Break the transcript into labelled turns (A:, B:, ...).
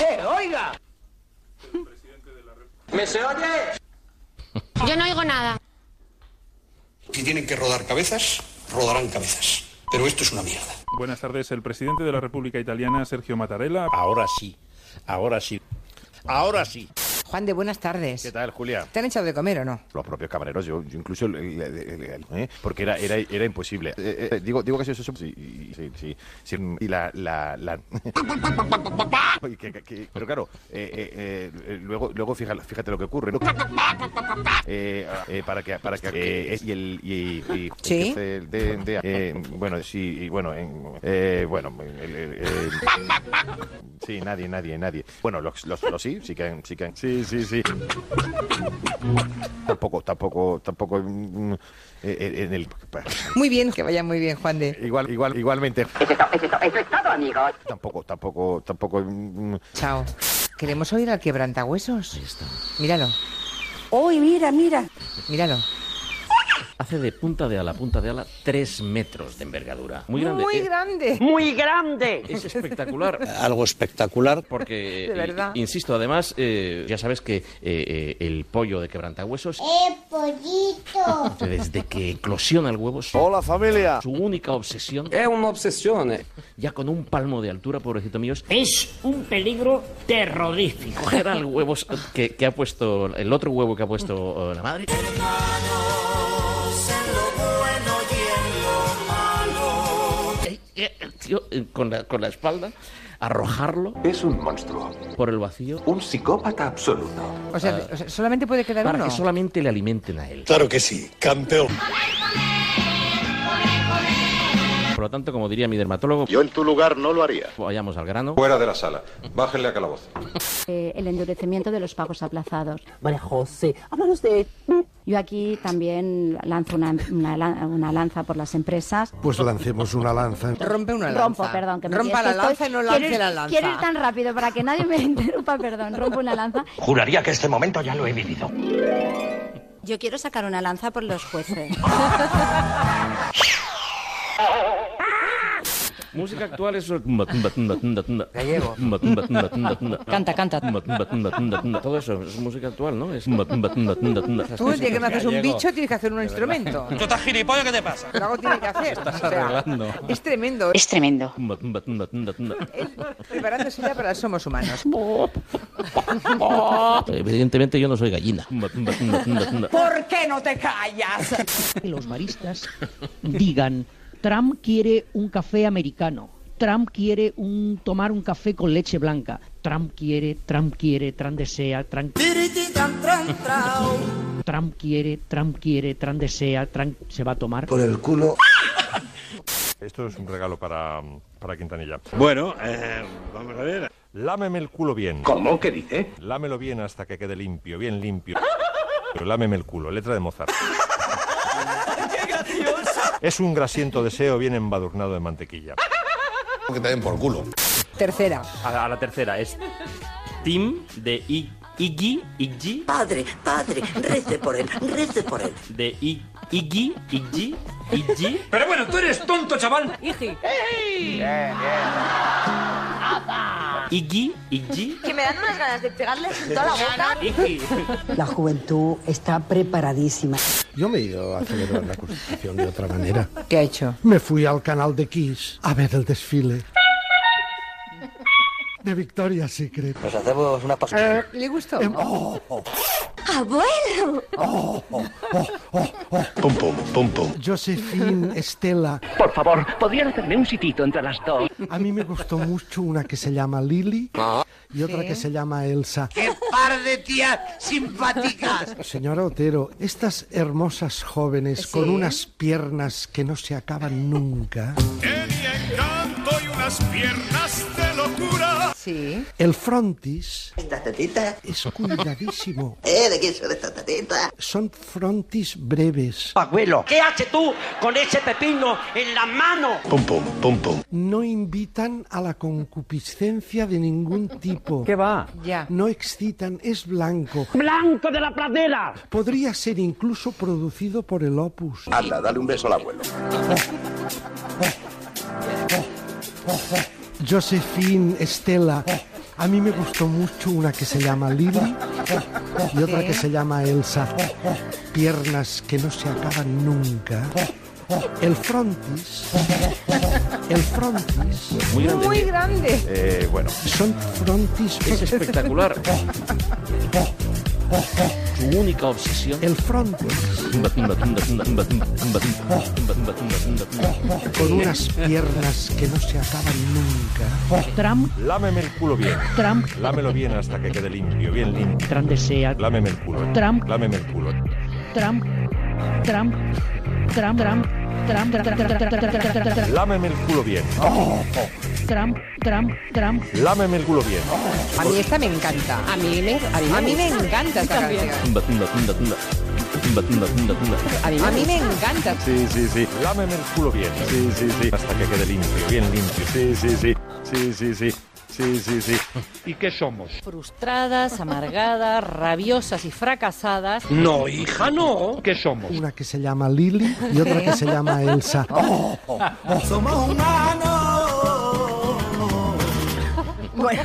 A: ¡Eh, oiga!
B: ¿Me se oye?
C: Yo no oigo nada.
D: Si tienen que rodar cabezas, rodarán cabezas. Pero esto es una mierda.
E: Buenas tardes, el presidente de la República Italiana, Sergio Mattarella.
F: Ahora sí, ahora sí, ahora sí.
G: Juan de, buenas tardes.
F: ¿Qué tal, Julia?
G: ¿Te han echado de comer o no?
F: Los propios camareros, yo, yo incluso, el- el- el- el- el- ¿eh? porque era, era, era imposible. Eh, eh, digo, digo que si eso, eso- sí, y- sí, sí, sí, y la, la, la- Y que- que- que- pero claro, eh, eh, eh, luego, luego fíjate, fíjate lo que ocurre. ¿no? Eh, eh, para que, para que, eh, es- y el, y, y-
G: Sí.
F: el de- de- eh, bueno, sí, y bueno, en- eh, bueno, el- el- el- sí, nadie, nadie, nadie. Bueno, los, los, los sí, sí que, han- sí que, han- sí, sí, sí tampoco, tampoco, tampoco mm, eh, eh, en el
G: Muy bien, que vaya muy bien, Juan de.
F: igual, igual, igualmente
B: Eso, eso, eso es todo, amigos.
F: tampoco, tampoco, tampoco. mm,
G: Chao. ¿Queremos oír al quebrantahuesos? Míralo,
H: Uy, mira, mira.
G: míralo.
I: Hace de punta de ala a punta de ala 3 metros de envergadura. Muy grande.
G: Muy
I: eh.
G: grande.
B: Muy grande.
I: Es espectacular.
D: Algo espectacular.
I: Porque,
G: De
I: eh,
G: verdad.
I: insisto, además, eh, ya sabes que eh, eh, el pollo de quebrantahuesos,
C: Oh.
J: ¡Eh, pollito!
I: desde que eclosiona el huevo, su,
D: Hola familia.
I: su única obsesión,
B: Es una obsesión. eh.
I: ya con un palmo de altura, pobrecito mío, es
H: Es un peligro terrorífico.
I: coger al huevo que, que ha puesto, el otro huevo que ha puesto eh, la madre. Eh, eh, el tío, eh, con la, con la espalda, arrojarlo
D: Es un monstruo.
I: por el vacío
D: Un psicópata absoluto.
G: O sea, o sea, solamente puede quedar
I: para
G: uno.
I: que solamente le alimenten a él.
D: Claro que sí, campeón.
I: Por lo tanto, como diría mi dermatólogo,
F: Yo Pues- en tu lugar no lo haría.
I: vayamos al grano.
D: Fuera de la sala. Bájenle a calabozo.
C: Eh, el endurecimiento de los pagos aplazados.
H: María José, háblanos de...
C: Yo aquí también lanzo una, una lan- una lanza por las empresas.
D: Pues lancemos una lanza.
G: Rompe una lanza.
C: Rompo, perdón. Que me-
G: Rompa
C: es que
G: la
C: estoy-
G: lanza y no
C: quiero
G: lance
C: ir-
G: la lanza.
C: Quiero ir tan rápido para que nadie me interrumpa, perdón. Rompo una lanza.
B: Juraría que este momento ya lo he vivido.
C: Yo quiero sacar una lanza por los jueces.
I: Música actual es... tumba, tumba, tumba, tumba, tumba.
G: Gallego.
I: Tumba, tumba, tumba, tumba, tumba.
H: Canta, canta.
I: Tumba, tumba, tumba, tumba, tumba. Todo eso es música actual, ¿no? Es... tumba, tumba, tumba, tumba, tumba.
G: Tú, el día que me haces un bicho, tienes que hacer un instrumento.
A: ¿Tú estás gilipollas? ¿Qué te pasa?
G: Lo hago tiene que hacer. O sea,
E: arreglando.
G: Es tremendo.
H: Es tremendo.
I: Tumba, tumba, tumba, tumba, tumba.
G: Él preparándose ya para Somos Humanos.
I: Evidentemente yo no soy gallina. Tumba, tumba, tumba, tumba, tumba.
A: ¿Por qué no te callas?
H: Que los maristas digan, Trump quiere un café americano. Trump quiere un, tomar un café con leche blanca. Trump quiere, Trump quiere, Trump desea, Trump... Trump quiere, Trump quiere, Trump desea, Trump se va a tomar.
D: Por el culo.
F: Esto es un regalo para, para Quintanilla.
K: Bueno, eh, vamos a ver.
F: Lámeme el culo bien.
K: ¿Cómo? ¿Qué dice?
F: Lámelo bien hasta que quede limpio, bien limpio. Pero lámeme el culo, letra de Mozart. Es un grasiento deseo bien embadurnado de mantequilla.
D: Que te den por culo.
G: Tercera.
I: A, a la tercera es Tim de I- Iggy, Iggy,
H: Padre, padre, rece por él, rece por él.
I: de I- Iggy, Iggy, Iggy.
A: Pero bueno, tú eres tonto, chaval.
I: Iggy, Iggy,
J: Que me dan unas ganas de pegarles en toda la boca.
I: Iggy.
H: La juventud está preparadísima.
K: Yo me he ido a celebrar la Constitución de otra manera.
G: ¿Qué ha hecho?
K: Me fui al canal de Kiss a ver el desfile. De Victoria Secret. Em,
B: Nos hacemos una pascua.
G: Eh, ¿Le gustó?
J: ¡Abuelo!
D: Pum, pum, pum, pum.
K: Josephine Estela.
H: Por favor, ¿podrían hacerme un sitito entre las dos?
K: A mí me gustó mucho una que se llama Lily
B: Ah.
K: y otra
G: Sí.
K: que se llama Elsa.
A: ¡Qué par de tías simpáticas!
K: Señora Otero, estas hermosas jóvenes con unas piernas que no se acaban nunca.
G: Sí.
K: El frontis
B: Esta tetita.
K: es cuidadísimo.
B: ¿Eh? ¿De quién son estas tetitas?
K: Son frontis breves.
A: Abuelo, ¿qué haces tú con ese pepino en la mano?
D: Pum, pum, pum, pum.
K: No invitan a la concupiscencia de ningún tipo.
I: va?
G: Ya.
K: No excitan, es blanco.
H: ¡Blanco de la pradera!
K: Podría ser incluso producido por el opus.
D: Anda, dale un beso al abuelo.
K: Josephine Estela.
G: A mí me gustó mucho una que se llama Lili y otra que se llama Elsa. Piernas que no se acaban nunca. El frontis. El frontis.
L: Muy grande. Muy
I: grande.
F: Eh, bueno.
G: Son frontis.
L: Es espectacular. Su única obsesión.
G: El frontis. Con unas piernas que no se acaban nunca.
M: Trump,
F: Lámeme el culo bien.
M: Trump,
F: Lámelo bien hasta que quede limpio, bien limpio.
M: Trump desea,
F: Lámeme el culo.
M: Trump.
F: Lámeme el culo.
M: Trump, Trump, Trump, Trump, Trump, Trump, Trump, Trump, Trump, Trump,
F: Lámeme el culo bien.
M: Trump, Trump, Trump,
F: Lámeme el culo bien.
I: A mí esta me encanta. A mí me, a mí me, encanta esta canción. A mí, me encanta.
F: Sí, sí, sí. Lámeme el culo bien. Sí, sí, sí. Hasta que quede limpio, bien limpio. Sí, sí, sí. Sí, sí, sí. Sí, sí, sí.
L: ¿Y qué somos?
N: Frustradas, amargadas, rabiosas y fracasadas.
O: No, hija, no.
L: ¿Qué somos?
G: Una que se llama Lili y otra que se llama Elsa.
I: Bueno,